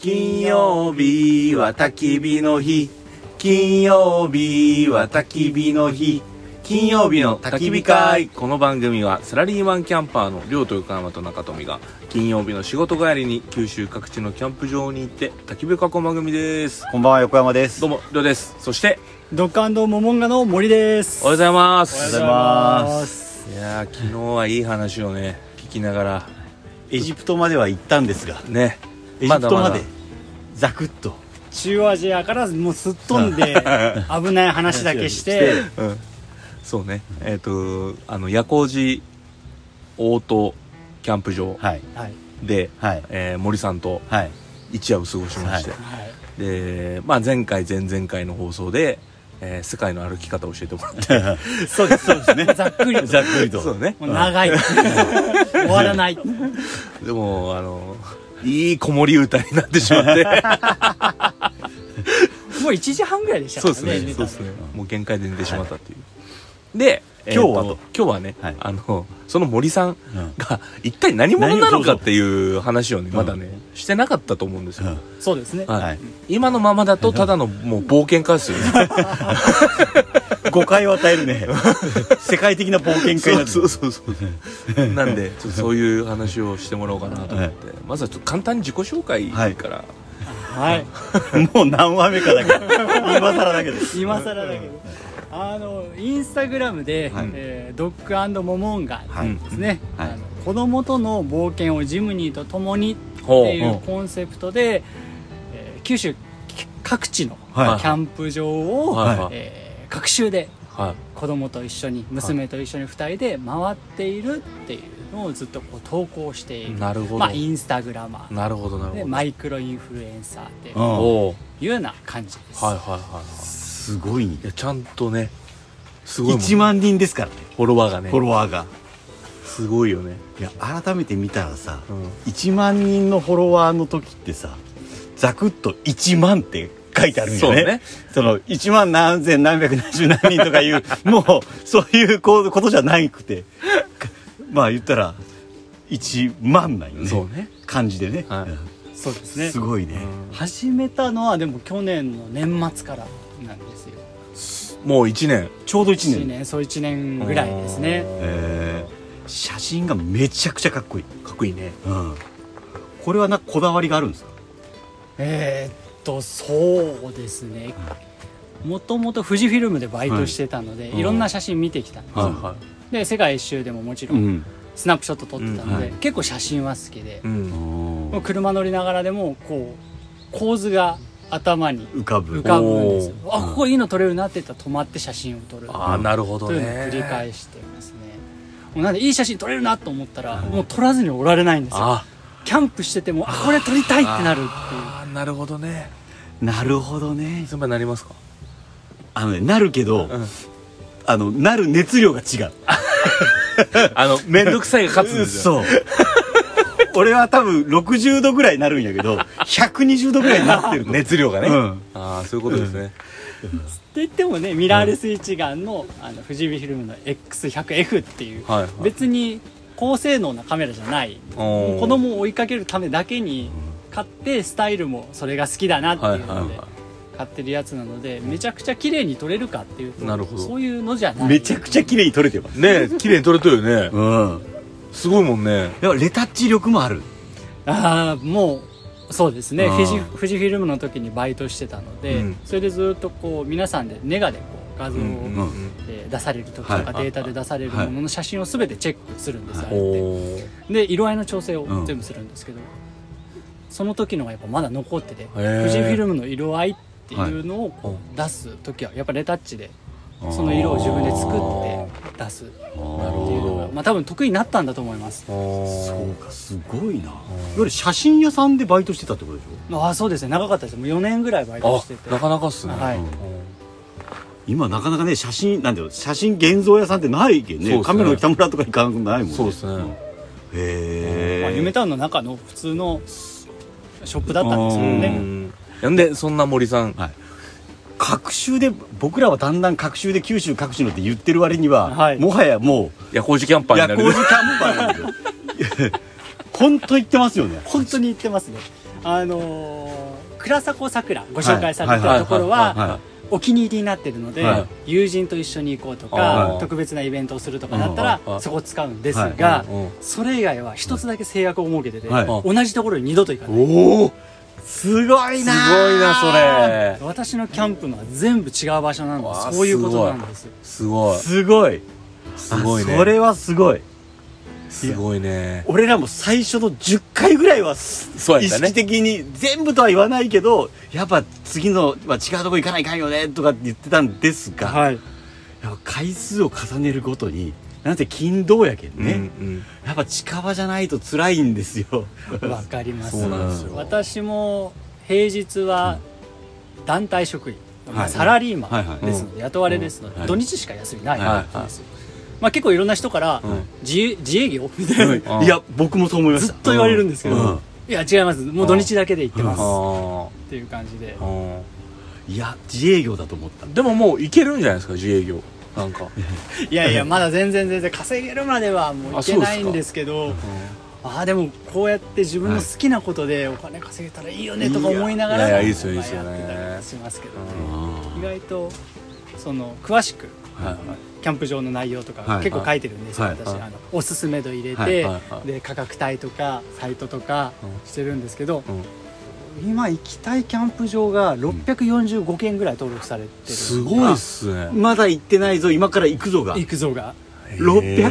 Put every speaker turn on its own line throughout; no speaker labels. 金曜日は焚き火の日金曜日は焚き火の日金曜日の焚き火会この番組はサラリーマンキャンパーの亮と横山と中富が金曜日の仕事帰りに九州各地のキャンプ場に行って焚き火囲ま組です
こんばんは、横山です。
どう
も。
も亮ですそして
ドッカンドモモンガの森です。
おはようございま
おはよう
す
ございます。
いやー昨日はいい話をね聞きながら
エジプトまでは行ったんですが、
ね
エジプトま
だ
で
だ、
ザクッと。
中央アジアからもうすっ飛んで、危ない話だけして、
うん、そうねえっ、とあの夜光寺オートキャンプ場
はい。
はい。
で、
はい。
えー森さんと
はい。
一夜を過ごしまして、
はい。
で、まあ、前回前々回の放送で、えー世界の歩き方を教えてもらって
そうです、そうですね。ざっくり。
ざっくりと。
そうね
もう長い。 終わらない。
でもあのいい子守歌になってしまって
もう1時半ぐらいでした
そ
か
う
ら
で
ね。
すね
寝
そう
た
で
の
すねもう限界で寝てしまったっていう、で、えー
今日は
と
と
今日はね、
はい
あのその森さん
うん
が一体何者なのかっていう話をね
何
ま
を
だねしてなかったと思うんですよ、
う
そうですね。
はい
んはい。
今のままだとただのもう冒険家ですよね
誤解を与えるね。世界的な冒険家になって
そうそうそうそうなんでちょっとそういう話をしてもらおうかなと思って、まずはちょっと簡単に自己紹介から、
はい。
る もう何話目かだけど。今更だけど。
今更だけど。あの、インスタグラムで、
はい
えードッグモモンガ
はい
うん
ですね。
はい
あの子供との冒険をジムニーと共にっ
ほ
ていううコンセプトで、えー九州各地のキ
はい
ャンプ場を、
はい
は
えー各州で
はい
子供と一緒に娘と一緒に2人で回っているっていうのをずっとこう投稿している
なるほど、
まあ、インスタグラマ
なるほどなる
ー
ほ
で
ど、
マイクロインフルエンサーっていううん
おお
いうような感じです、
はいはいはいはい
すごいね
い。やちゃんとねすごいもん
1万人ですからね。
フォロワーがね
フォロワーが。
すごいよね、
いや、改めて見たらさ、
うん、
1万人のフォロワーの時ってさざくっと1万って書いてあるんよね
そうね
その1万何千何百何十何人と かいうもうそういうこうことじゃないくてかまあ言ったら1万なんよね
そうね
感じでね、
はい
うん
そうですね
すごいね、
始めたのはでも去年の年末からなんですよ
もう1年
ちょうど1
1
年
年そう1年ぐらいですね
えー写真がめちゃくちゃかっこいい、
かっこいいね
うん、これはなんかこだわりがあるんですか
えーっとそうですねもともと富士フィルムでバイトしてたので、
うん
い、ろんな写真見てきたんですよ、
はい
はい
で世界一周でももちろ
うんん
スナップショット撮ってたので、
うんはい
結構写真は好きで
う、ん
もう車乗りながらでもこう構図が頭に
浮か
浮
ぶ
かぶんですよ
お
あここいいの撮れるなって言ったら止まって写真を撮る
ああなるほど
と
ね
いうのを繰り返してますねもうなんでいい写真撮れるなと思ったら、もう撮らずにおられないんですよ
あ
キャンプしててもあこれ撮りたいってなるっ
あーなるほどね
なるほどね
先輩なりますか
あのねなるけど、
ん
あのなる熱量が違う
あの面倒くさいが勝つんですよ
そう 俺は多分60度ぐらいになるんやけど120度ぐらいに なってるの
熱量がね、
うん
ああそういうことですね、
て言ってもねミラーレス一眼の,、あの富士フィルムの X100F っていう、
はいはい
別に高性能なカメラじゃない
おー
子供を追いかけるためだけに買ってスタイルもそれが好きだなっていう
はいは
の
い
で
は
買ってるやつなのでめちゃくちゃ綺麗に撮れるかっていうと
なるほど
そういうのじゃない
めちゃくちゃ綺麗に撮れてます
ねえ綺麗に撮れてるよね
うん
すごいもんね
やっぱレタッチ力もある
ああもうそうですね
あー
富士富士フィルムの時にバイトしてたので、
うん
それでずっとこう皆さんでネガでこう画像を、
うんうん
えー出される時と
は
か
いはいはい
データで出されるものの写真を全てチェックするんですよ、
は
あ
い
れって
おー
で色合いの調整を
うん
全部するんですけど、その時のがやっぱまだ残ってて
ー
富士フィルムの色合いっていうのをこう出す時はやっぱレタッチでその色を自分で作って出すって
な
いう
る
のが
ほ
まあ多分得意になったんだと思います
どお
そう
ー
かすごいないわゆる写真屋さんでバイトしてたってことでしょ
ああそうですね長かったですもう4年ぐらいバイトしてて
あなかなかっすね、
はい
うん
今なかなかね写真なんだよ写真現像屋さんってないけど
そうっす
ね
ね
カメラの北村とか行かなくないもんね
そうですね、
んへ
まあ、
え
夢タウンの中の普通のショップだったんですけど
う
ね
んやんでそんな森さん、
はい、各州で僕らはだんだん各州で九州各地のって言ってる割には、
はい
もはやも
夜光寺キャンパ
う
ーに
夜
なる
光寺キャンパーなんですよ本当言ってますよね
本当に行ってますねあのー倉迫さくらご紹介されてるところは
は
お気に入りになってるので、
は
友人と一緒に行こうとか、
はい
特別なイベントをするとかだったら、
うん
そこ使うんですが、
いうん
それ以外は一つだけ制約を設けてて、
はい
同じところに二度と行かない、
おお
すごい
すごいなそれ
私のキャンプのは全部違う場所なの
わあ
でそういうことなんですよ
すごい
すごい
すごいね
あそれはすごい
すごいね
俺らも最初の10回ぐらいはす
そうや
意
ったね
識的に全部とは言わないけどやっぱ次のは違うとこ行かないかんよねとかって言ってたんですが、
はい
やっぱ回数を重ねるごとになんて勤労やけんね、
うん
やっぱ近場じゃないと辛いんですよ
わかります
そうなんですよ
私も平日は団体職員、ま
は
あ
い
サラリーマ
はいはい
ンですので、雇われですので、
はい
土日しか休みない
はい
んですよ、まあ、結構いろんな人から、
うん
自由自営業みたいな
うん
いや僕もそう思いまし
ずったと言われるんですけど、
うん
いや違いますもう土日だけで行ってます、
う
あ
っていう感じで
あ、うん
いや自営業だと思った
でももういけるんじゃないですか自営業なんか、
いやいやまだ全然全然稼げるまではもう
あ
いけないんですけどああでもこうやって自分の好きなことでお金稼げたらいいよねとか思いながら
いやいやいいっすよいいっすよ
まあやってたりはしますけど、
うん
意外とその詳しく
はい
キャンプ場の内容とか
はい
結構書いてるんですよ、
はい
私、
はい
あのおすすめ度入れて、
はい
はいはい
で価格帯とかサイトとか
うん
してるんですけど、
うん
今行きたいキャンプ場が645件ぐらい登録されてる、
すごいっすね
まだ行ってないぞ今から行くぞが
行くぞが
600
へ
件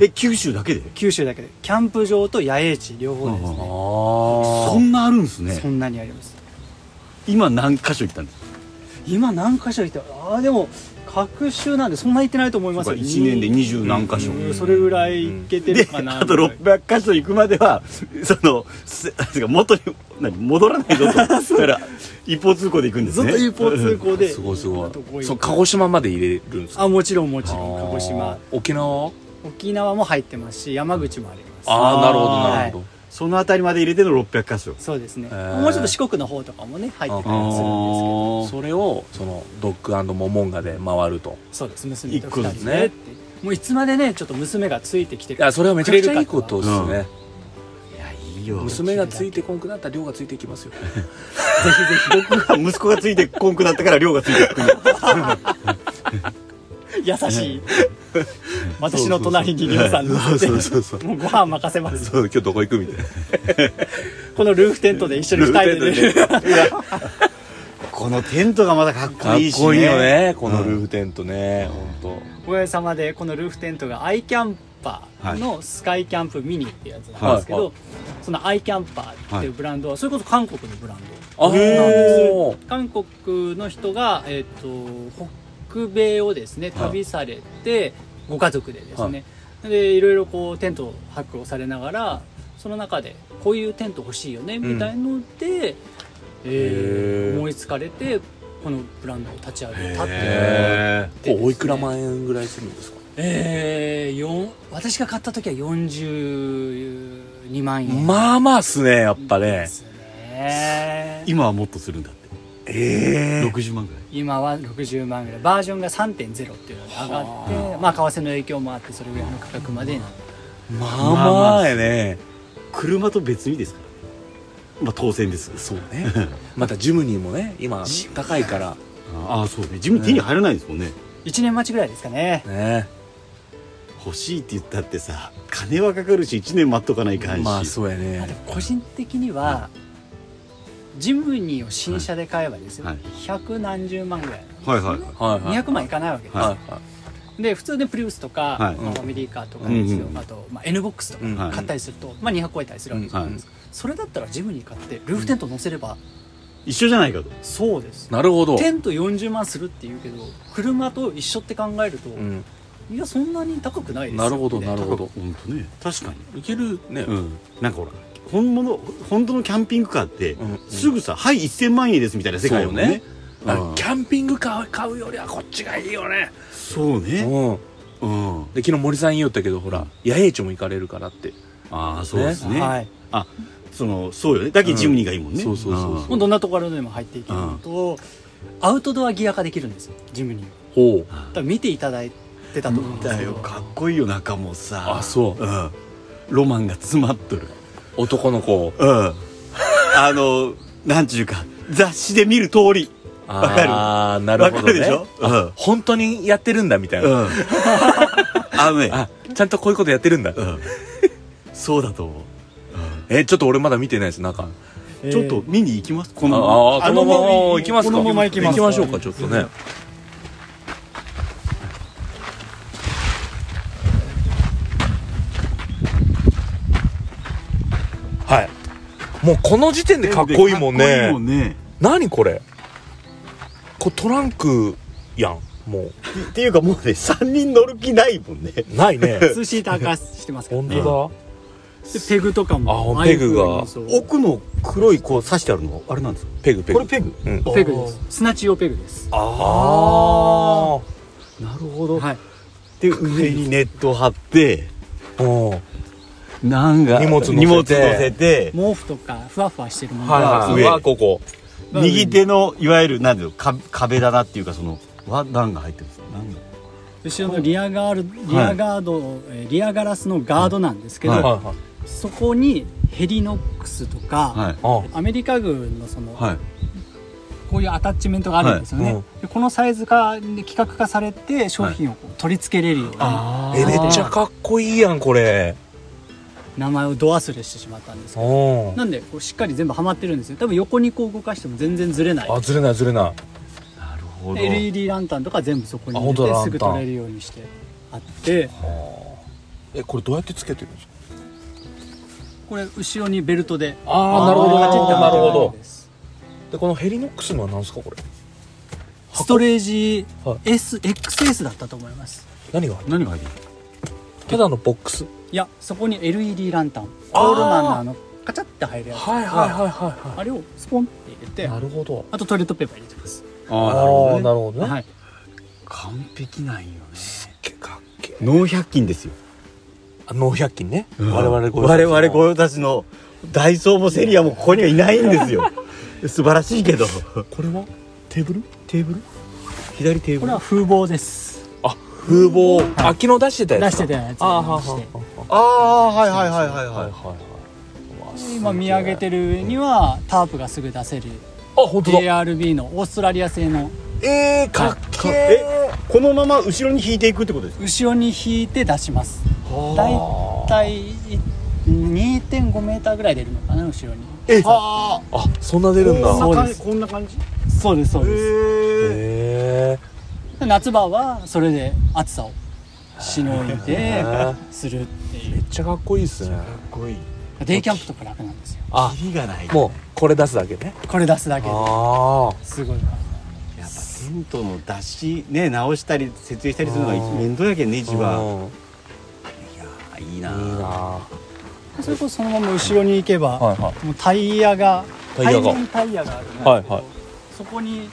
ー
え九州だけで
九州だけでキャンプ場と野営地両方でです
うん
あ
ね、
そ
あ
んなあるんですね
そんなにあります
今何箇所行ったんですか
今何箇所行ったああでも各州なんでそんな行ってないと思いますよ
1年で二十何箇所
うんそれぐらい行けてる
で
かな
あと600箇所行くまではそのすなんていうか元に何戻らないぞとだ から一方通行で行くんです
ずっ
ね
と一方通行で
すごいす
ろ
ご
んなとこ行っ
い
て
そう鹿児島まで入れるんですか
あもちろんもちろ
あ
ん
ー
鹿児島
沖縄
沖縄も入ってますし山口もあります
ああなるほど
はい
なるほど
その辺りまで入れての600箇所
そうですね
へー
もうちょっと四国の方とかもね入ってたりするんですけど
あー
それをそのドッグモモンガで回ると
そうです娘と
一個
二
ず
つ
人
ね
でってもういつまでねちょっと娘がついてきて
いやそれはめちゃくちゃいいことです
くれる
ね、
いやいいよ
娘がついてこんくなったら量がついていきますよ
僕が息子がついてこんくなったから量がついてくる
優しい私の隣にりょうさんの
そうそうそう
もうご飯任せます
そう今日どこ行くみたいな
このルーフテントで一緒に二人で寝る
このテントがまだかっ
か
こ
っ
いいし、ね、
こいいよねこのルーフテントね、本
おかげさまでこのルーフテントがアイキャンパーのスカイキャンプミニっていうやつなんですけど、
はいは
そのアイキャンパーっていうブランドはそれこそ韓国のブラン
当
ドなんです
ー
韓国の人が、えっと北米をですね
はい
旅されて、ご家族でですね、
は
でいろいろこうテント泊をされながらその中でこういうテント欲しいよねみたいので、
へ
えー
ー
思いつかれてこのブランドを立ち上げたっていう。
へ
こうおいくら万円ぐらいするんですか
えー、よん私が買った時は42万円
まあまあっすねやっぱ
で
ね
すね
ー今はもっとするんだって、
ええ
60万ぐらい
今は60万ぐらいバージョンが3.0っていうので上がってまあ為替の影響もあってそれぐらいの価格までな
まあ
まあま
ま
あ
あ
や
やね
車と別にですからねまあ当然です
そうねまたジムニーもね今高いから
ああそうね自分手に入らないですもんね
1年待ちぐらいですかね
ね
欲しいって言ったってさ金はかかるし1年待っとかないかんし、
まあそうや
あでも
ね
個人的にはジムニーを新車で買えばですよ
はい
百何十万ぐらい
はいはいはい
はいはい
200万いかないわけです
は
よ
いはい
で普通でプリウスとか、
はい
まあファミリーカーとかですよ、
うんうん
あと、まあ、N ボックスと
うん
か買ったりすると、まあ、200超えたりするわけじゃないですか、それだったらジムに買ってルーフテント乗せれば、
一緒じゃないかと
そうです
なるほど
テント40万するっていうけど車と一緒って考えると、
うん
いやそんなに高くないですよ
なるほど
ね
なるほど
本当ね確かに
いけるね
うんなんかほら本物本当のキャンピングカーって、
うんうん
すぐさ「はい1000万円です」みたいな世界だもんね
だから
うん
キャンピングカー買うよりはこっちがいいよね
そうね
うん
うん
で昨日森さん言いよったけどほら野営地も行かれるからって
ああそうですね
はい
あそのそうよねだけジムニーがいいもんね、
うんそうそうそうそう
もうどんなところでも入っていけるのと、アウトドアギア化できるんですよジムに
ほう
多分見ていただいてたと思うんです
だ
けど
よかっこいいよ中もさ
あそう
うん、ロマンが詰まっとる
男の子を
うんあのなんちゅうか雑誌で見る通りわかる
ああなるほど、ね、
わかるでしょうん
あ本当にやってるんだみたいな、
うんあのね
あちゃんとこういうことやってるんだ、
うんそうだと思う
えちょっと俺まだ見てないです中
ちょっと見に行きますこ
ああ
の
ー
あ
この
の
まま
まま
行きますか
このまま行きますか
行きましょうかちょっとねはいもうこの時点でかっこいいもんね
かっこいいもんね
何これこれトランクやんもう
っていうかもうね3人乗る気ないもんね
ない ね
通信高してますから
本
ね
当
でペグとかも
あペグが
ああいう風にそう
奥の黒いこう刺してあるのあれなんですか
だペグペ
こ
グ
れペグ、
うん
ペグです砂地用ペグです
あ
あなるほど、
はい
で上にネットを張って
あうん
なんか
荷物乗せて
荷物乗せて
毛布とかふわふわしてるもの
はい
が
はい
上
あここ
右手のいわゆるなんていうのか壁棚っていうかそのは段が入ってるんですよなんだ
後ろのリアガールリアガード、えーリアガラスのガードなんですけど、
はい
はいはい
そこにヘリノックスとか、
はい
あ
アメリカ軍のその、
はい
こういうアタッチメントがあるんですよね、
はいうん
でこのサイズ化で規格化されて商品をこう取り付けれるように、
あ
えめっちゃかっこいいやんこれ
名前をド忘れしてしまったんですけど
うん
なんでこうしっかり全部はまってるんですよ多分横にこう動かしても全然ずれない
あずれないずれない
なるほど
LED ランタンとか全部そこに
あ本当
入れ
だ
てすぐ
ランタ
取
ン
れるようにしてあって
えこれどうやってつけてるんですか
これ後ろにベルトで
あーなるほど
カチッて
なるほ
はめる
ど
んです
でこのヘリノックスのは何ですかこれ
ストレージ
はい
SXS だったと思います
何が入ってる
何が入って
ただのボックス
いやそこに LED ランタンコールマンのあのカチャって入るやつ
はいはいはいは
あれをスポンって入れ
い
て
はいなるほど
あとトイレットペーパー入れてます、
るあ
あ
あなるほ
あな
ど、
る
ね、
ほどね
はい、
完璧なんよね
かっけ
脳百均ですよ
脳百均ね
うん
我々ご
我々御用達のダイソーもセリアもここにはいないんですよ素晴らしいけど
これはテーブル
テーブル左テ
こ
ーブ
れ
ル
は風貌です
あ風貌あ昨日出してた
出
やつ
して
か
たやつ
あー
を
は
出
ーは
して
ーは
ああはいはいはいはい
ーはいはい
は
はいわ
今見上げてる上にはタープがすぐ出せる
あ本当だ
ARB のオーストラリア製の
えーかっけ
いえこのまま後ろに引いていくってことですか
後ろに引いて出します大体2.5メーターぐらい出るのかな後ろに
ええ
あ
あそんな出るんだ
そう
あ
です
こんな感じ
そうですそうです
え
へえ
夏場はそれで暑さをしのいで
ー
するってい
めっちゃかっこいいっすね
かっこいいう
デイキャンプとか楽なんですよ
あ
キリがない
もうこれ出すだけね
これ出すだけ
ああ
ですごいから
うやっぱテントの出しね直したり設営したりするのが面倒やけんね一番
うん
いやーいいない
いな
それこそそのまま後ろに行けば、
はいは
もうタイヤが
タイヤが
背面タイヤがあるんですけど、
はいはい
そこに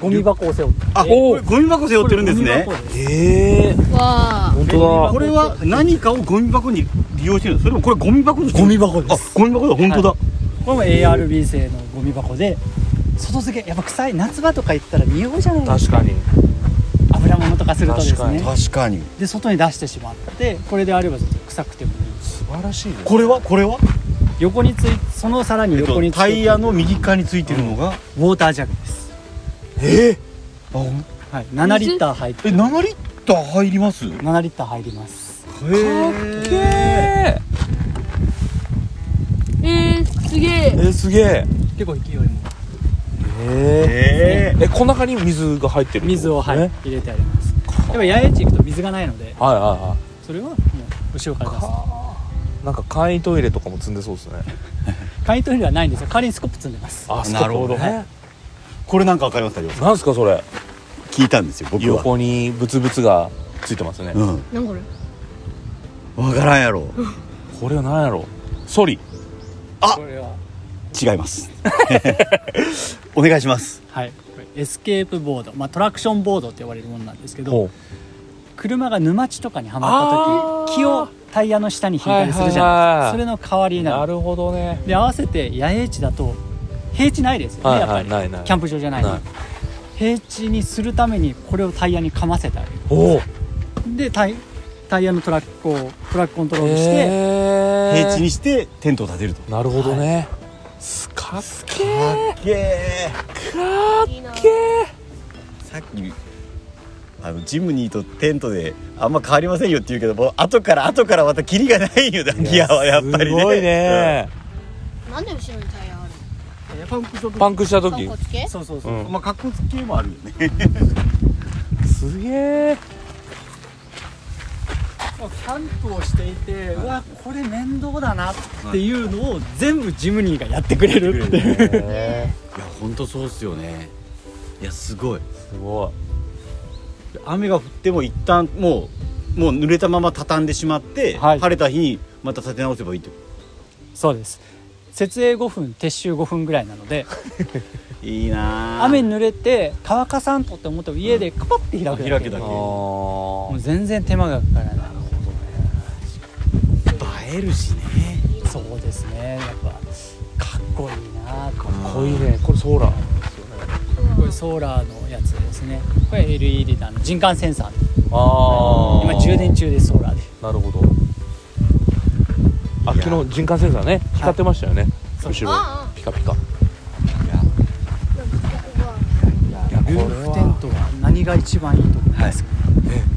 ゴミ箱を背負って
あこれゴミ箱背負ってるんですね
これゴミ箱です
ええ
わあ
本当
これは何かをゴミ箱に利用してるのそれともこれゴミ箱です
ゴミ箱です
あゴミ箱だ本当だ、
これも ARB 製のゴミ箱で外付けやっぱ臭い夏場とか行ったら匂うじゃないで
だ
す
確
か
かに
油物とかするとです
確
ね
確かに
で外に出してしまってこれであればちょっと臭くてもいい
素晴らしいね
これはこれは
横についそのさらに横について
タイヤの右側についてるのが、
ウォータージャグです、
ええ
あ
はい、7リッター入っ
え
て
7リッター入りますへ
7リッター入ります
かっけえ
えー、すげえ
えすげえ
結構勢いも
え
え
えこの中に水が入ってるってこと
水を、はい
ね
入れてありますやっぱ八重地行くと水がないので
はいはいは
それはもう後ろから出
いなんか簡易トイレとかも積んでそうですね
す簡易トイレはないんですよ代わりにスコップ積んでます
あ
なるほど
そうね
これなんかわかりますか亮さん
なんすかそれ
聞いたんですよ僕は
横にブツブツがついてますね
うん
なんこれ
わからんやろ
これは何やろソリ
あ
これは
違います お願いします
はいこれエスケープボード、まあ、トラクションボードって呼ばれるものなんですけ
ほ
ど
う
車が沼地とかにはまった
あー
時木をタイヤの下に引いたりするじゃ
はい
ない
はいは
です
い
かそれの代わりにな
な
る
るほどね
で合わせて野営地だと平地ないですよね、
はいはい
やっぱり
ないない
キャンプ場じゃないの
ない
平地にするためにこれをタイヤにかませてあげる
おお
でタイタイヤのトラックをトラックコントロールして、
え
平地にしてテントを建てると
なるほどね、すかっけー
げえ
いいな
さっきあのジムニーとテントであんま変わりませんよって言うけどもう後から後からまたキリがないよダギアはやっぱりね
すごいね、
なんで後ろにタイヤある
えーパンク
パンクした時
のこつけ
そうそうそうう、
ん
まあ格好つけもあるよね
すげえ
キャンプをしていてうわこれ面倒だなっていうのを全部ジムニーがやってくれるっていう
いや本当そうっすよねいやすごい
すご
雨が降っても一旦もうもう濡れたまま畳んでしまって、
はい
晴れた日にまた立て直せばいいってこ
そうです設営5分撤収5分ぐらいなので
といいなあ
雨に濡れて乾かさんとって思っても家でカパッて開く
開くだけ
い
も
あ
う全然手間がかからない
映えるしね
そうですねやっぱかっこいいなか
あこいいねこれソーラー
これソーラーのやつですねこれ LED のあの人感センサー
ああ
今充電中ですソーラーで
なるほどあ
いや
昨日人感センサーね光ってましたよね後ろ
ああ
ピカピカ
ルーフテントは何が一番いいと思いますか、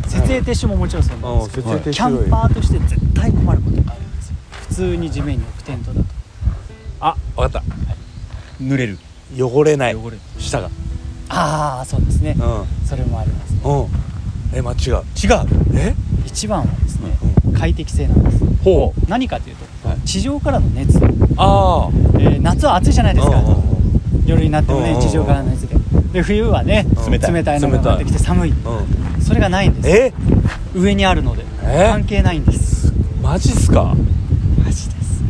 設営撤収ももちろんそうなんですけど、
うん設営撤収
キャンパーとして絶対困ることがあるんですよ普通に地面に置くテントだと
あわかっ
濡れる
た汚れない
汚れる
下が
ああそうですね、
うん
それもあります
うんえ間違う違うえ
一番はですね、快適性なんです
ほう
何かというと、
はい
地上からの熱、え
あ
ー夏は暑いじゃない
あ
ですか、
う
夜になっても
う
ね、
んうんうん
地上からの熱でで冬はね、
冷たい
冷たいのが上がってきて寒い
んうんうん
それがないんです
え
上にあるので
え
関係ないんです
マジっすか
マジです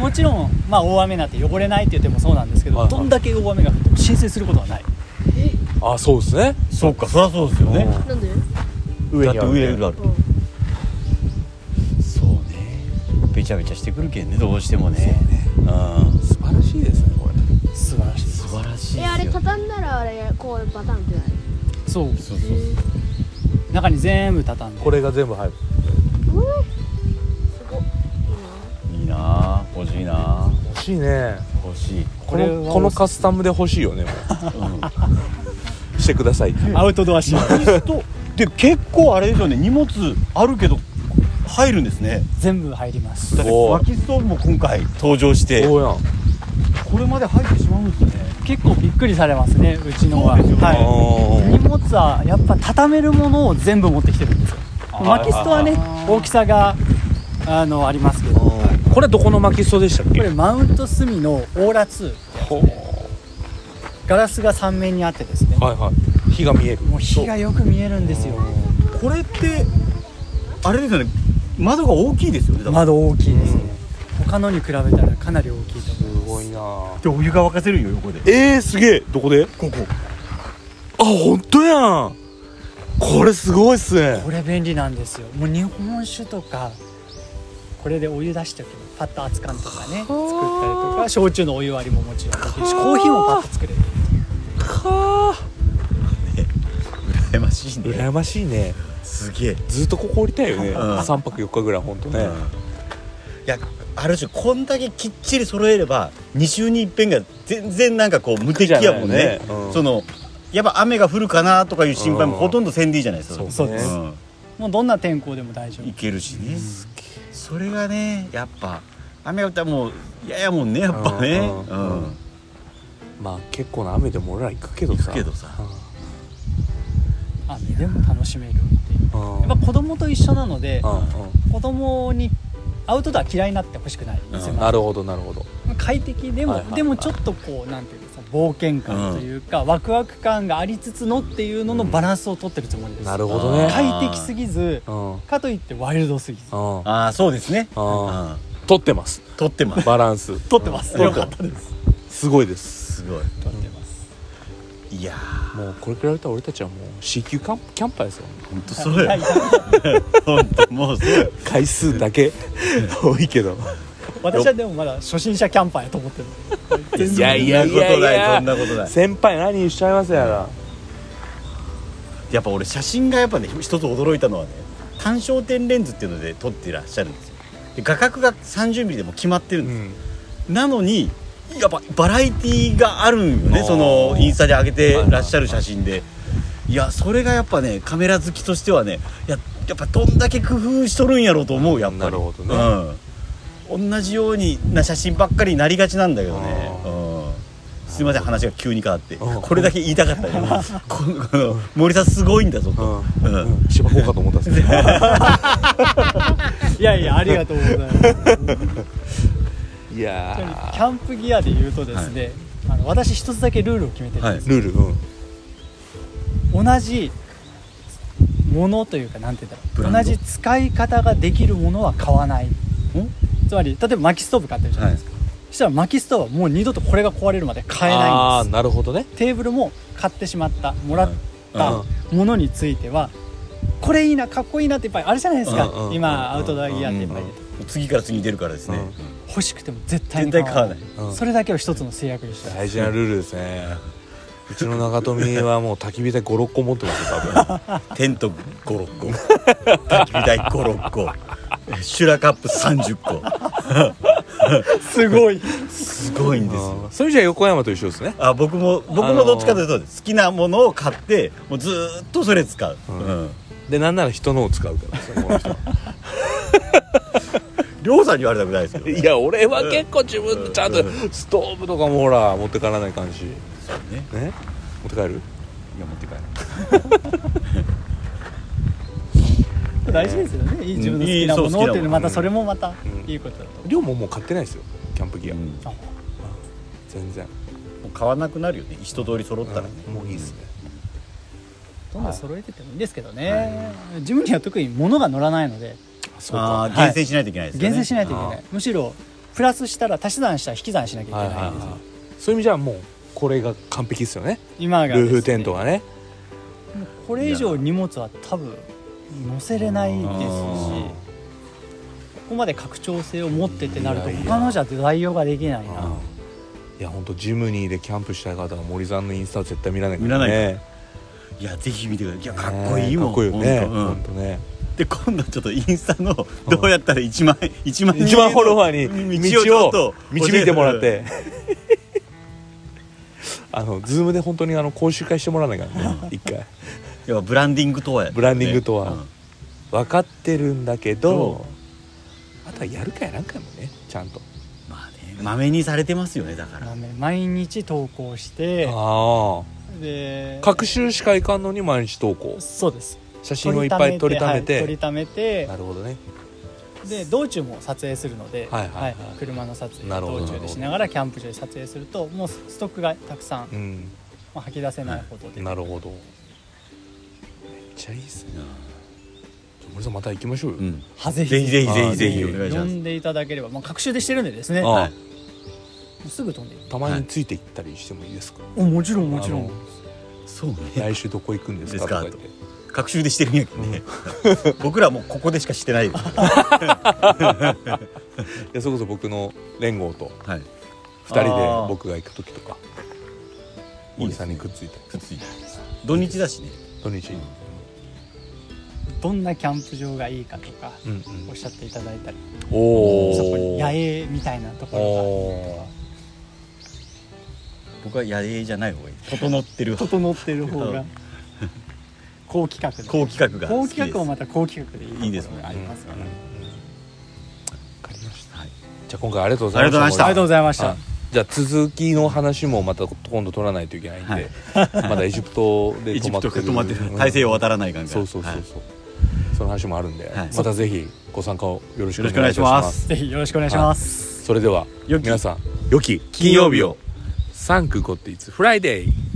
もちろん、まあ、大雨なんて汚れないって言ってもそうなんですけど、
はいはい
どんだけ大雨が降っても浸水することはない
あそうですね
そっかそりゃそうですよね
なんで
上
だっ
に
て
あるね
上があるそうねべちゃべちゃしてくるけんねどうしてもねうん
素晴らしいですねこれ
素晴らしい
素晴らしい
えあれ
ですよ
畳んだらあれこうバタンってなる
そう
そうそうそう
中に全部畳んで
これが全部入る
すごいい
いいなあ欲しいなあ
欲しいね
欲しい
こ
これは
のこのカスタムで欲しいよねもうしてくださいって
アウトドアシーン
とで結構あれですよね荷物あるけど入るんですね
全部入ります
だって
おー
薪ストーブも今回登場して
そうやん
これまで入ってしまうんですね
結構びっくりされますねうちのは、
そうですよね
はい、
あ
荷物はやっぱ畳めるものを全部持ってきてるんですよ薪ストはね大きさがあのありますけどこ
ーこれどこの巻きストでしたっけ
れマウントスミのオーラ2ガラスが3面にあってですね
はいはい火が見える
もう火がよく見えるんですよ
これってあれですよね窓が大きいですよねだから
窓大きいですね、他のに比べたらかなり大きいと思
すごいなぁ
でお湯が沸かせるよ横で
えー、すげえどこで
ここ
あ本当やんこれすごいっすね
うこれ便利なんですよもう日本酒とかこれでお湯出しておけばパッと熱燗とかね作ったりとか焼酎のお湯割りももちろんできるしコーヒーもパッと作れる
はあ
羨ましいね
羨ましいね
すげえい
ずっとここ降りたいよね、
うん
3泊4日ぐらい本当ね、
やある種こんだけきっちり揃えれば2週に一遍が全然なんかこう無敵やもんね
じゃないねうん
そのやっぱ雨が降るかなとかいう心配もほとんどせんでいいじゃないですか
そう
です
ん
もうどんな天候でも大丈夫
いけるしねそれがねやっぱ雨が降ったらもう嫌やもんねやっぱね
うんうん
うん
まあ結構な雨でも俺ら行くけど
行
さ
くけどさ
雨でも楽しめるっていう
うん
やっぱ子供と一緒なので
うん
子供にアウトドア嫌いになってほしくないんですよ、
うんなるほどなるほど
快適でも、
はいはいはい
でもちょっとこうなんていうかさ冒険感というか、ワクワク感がありつつのっていうののバランスを取ってるつもりです、
なるほどね
あ
快適すぎず
うんうん
かといってワイルドすぎず
ああそうですね
あ
うん
撮ってます
撮ってます
バランス
取ってます、
うん
よかったです
すごいです
すごい
取ってます
いや
もうこれ比べたら俺たちはもう C 級キャンキャンパーですよ
本当そう
はい
よ本当もうそうよ
回数だけ 多いけど
私はでもまだ初心者キャンパーやと思ってる全然
いやいやいやいや
そんなことないそんなことない
先輩何しちゃいますやら
やっぱ俺写真がやっぱね一つ驚いたのはね単焦点レンズっていうので撮ってらっしゃるんですよで画角が30ミリでも決まってるん
う
です、
ん
なのにやっぱバラエティーがあるんよね
あー
そのインスタで上げてらっしゃる写真でいやそれがやっぱねカメラ好きとしてはねややっぱどんだけ工夫しとるんやろうと思うやっぱり
なるほどね
うん、同じようにな写真ばっかりになりがちなんだけどね
あ、
うん、すいません話が急に変わって
うん
これだけ言いたかったねこのこの森さんすごいんだぞと、
うんうん芝生かと思ったんですけど
いやいやありがとうござい ま
い
すちなみに
や
キャンプギアで言うとですね、あの私一つだけルールを決めてるんです
ー、ルールうん
同じものというかなんて言うん
ブ
だ
ラ
ろ
ン
う
ド
同じ使い方ができるものは買わないつまり例えば薪ストーブ買ってるじゃないですか、そしたら薪ストーブはもう二度とこれが壊れるまで買え
あ
な
あ
いんで
なるほどね
すテーブルも買ってしまったもらった
う
ものについてはこれいいなかっこいいなっていっぱいあるじゃないですか、
うんうん
今アウトドアギアっていっぱい出てる
次から次に出るからですね、
うん
欲しくても絶対
絶
に
対買わない
うん
それだけを一つの制約にした
大事なルールですねうちの長富はもう焚き火台56個持ってますよ多分
テント56個焚き火台56個シュラカップ30個
すごい
すごいんですよ
そういう意味じゃ横山と一緒ですね
あ僕も僕もどっちかというと好きなものを買ってもうずーっとそれ使う、うん
でなんなら人のを使うからですね この人
りょうさんに言われたくないですけど、ね、
いや俺は結構自分でちゃんとストーブとかもほら持ってかない感じね
そうね
持って帰る
いや持って帰る
大事ですよねいい自分の好きなものっていうのはまたそれもまた
うん
いいことだと思う
量ももう買ってないですよキャンプギア、
うんも
全然
う買わなくなるよね一通り揃ったらね、
もういいですね
どんどん揃えてってもいいんですけどね自分には特に物が乗らないので
そうか
ああ厳選しないといけないですよね
厳選しない
と
といけな
あ
いむしろプラスしたら足し算したら引き算しなきゃいけないんですよ
そういう意味じゃもうこれが完璧ですよね
今が
ルーフテン
ト
トがね
これ以上荷物は多分載せれないですしここまで拡張性を持ってってなると
いやいや
他のじゃ代用ができないない
や本当ジムニーでキャンプしたい方は森さんのインスタ絶対見らないから
見らないから
ね
いやぜひ見てくださいいやかっこいいも
かっ
ん、
こいいよね
ほんとうん
本当ね
で今度ちょっとインスタのどうやったら1万1万人
一番フォロワーに道
ちょ
を
っと
導いてもらって あのズームで本当にあの講習会してもらわないからね一回
要はブランディングとは、
ブランディングとは
うん
分かってるんだけ
そ
どあとはやるかやらんかもねちゃんと
まあねまめにされてますよねだから
毎日投稿して
ああ
で
各週しかいかんのに毎日投稿
そうです
写真をいっぱい撮りため
はい
て
撮りためて
なるほどね
で道中も撮影するので、
はいはいはい
車の撮影
なるほど
道中でしながらキャンプ場で撮影するともうストックがたくさん、ま
うん
あ、吐き出せないほどで、
なるほどめっちゃいいっすねじゃあ森さんまた行きましょうよ、
うん
はぜひ
ぜひぜひぜひぜひ
あ
お
ー
願いし
呼
ます
んでいただければ、まあ、各種でしてるんでですね
ああ
はい
すぐ飛んでい
たまについて行ったりしてもいいですか、
おもちろんもちろ
あの
ん
そうね
来週どこ行くんですか
ですか
とか言って
学習でしてるんやけどね僕らもうここでしかしてないです
いやそれこそ僕の連合と
はい
二人
あ
で
ー
僕が行く時とか
いい
森
です
さんにくっついて
くっついて土日だしね
土日に
どんなキャンプ場がいいかとか
うんう
おっ
ん
しゃっていただいたり
おお
そこに野営みたいなところ
お
僕は野営じゃない方がいい整ってる
が整ってる方 が高企画で
高企画が好
高
きです
企画もまた高企画でい
い
い
いで
ですす
ね
がありますから、
うんうんうん
わかりました、
じゃあ今回ありがとうございました
あ
ありが
りがとうございました
とうございました
あじゃあ続きの話もまた今度取らないといけないんで、
はい
まだエジプトで
エジ
泊ま
プ
って
ト
る
が止まってる大西洋渡らない感
うん
じ
そうそうそうそう、その話もあるんで、
はい
またぜひご参加をよろしく
よ
お
ろ
願い
し
い
くお願
たし
いしま
ますす
ぜひよろしくお願いします、
それでは
良き
皆さん良き金曜日をサンクゴッティッツフライデー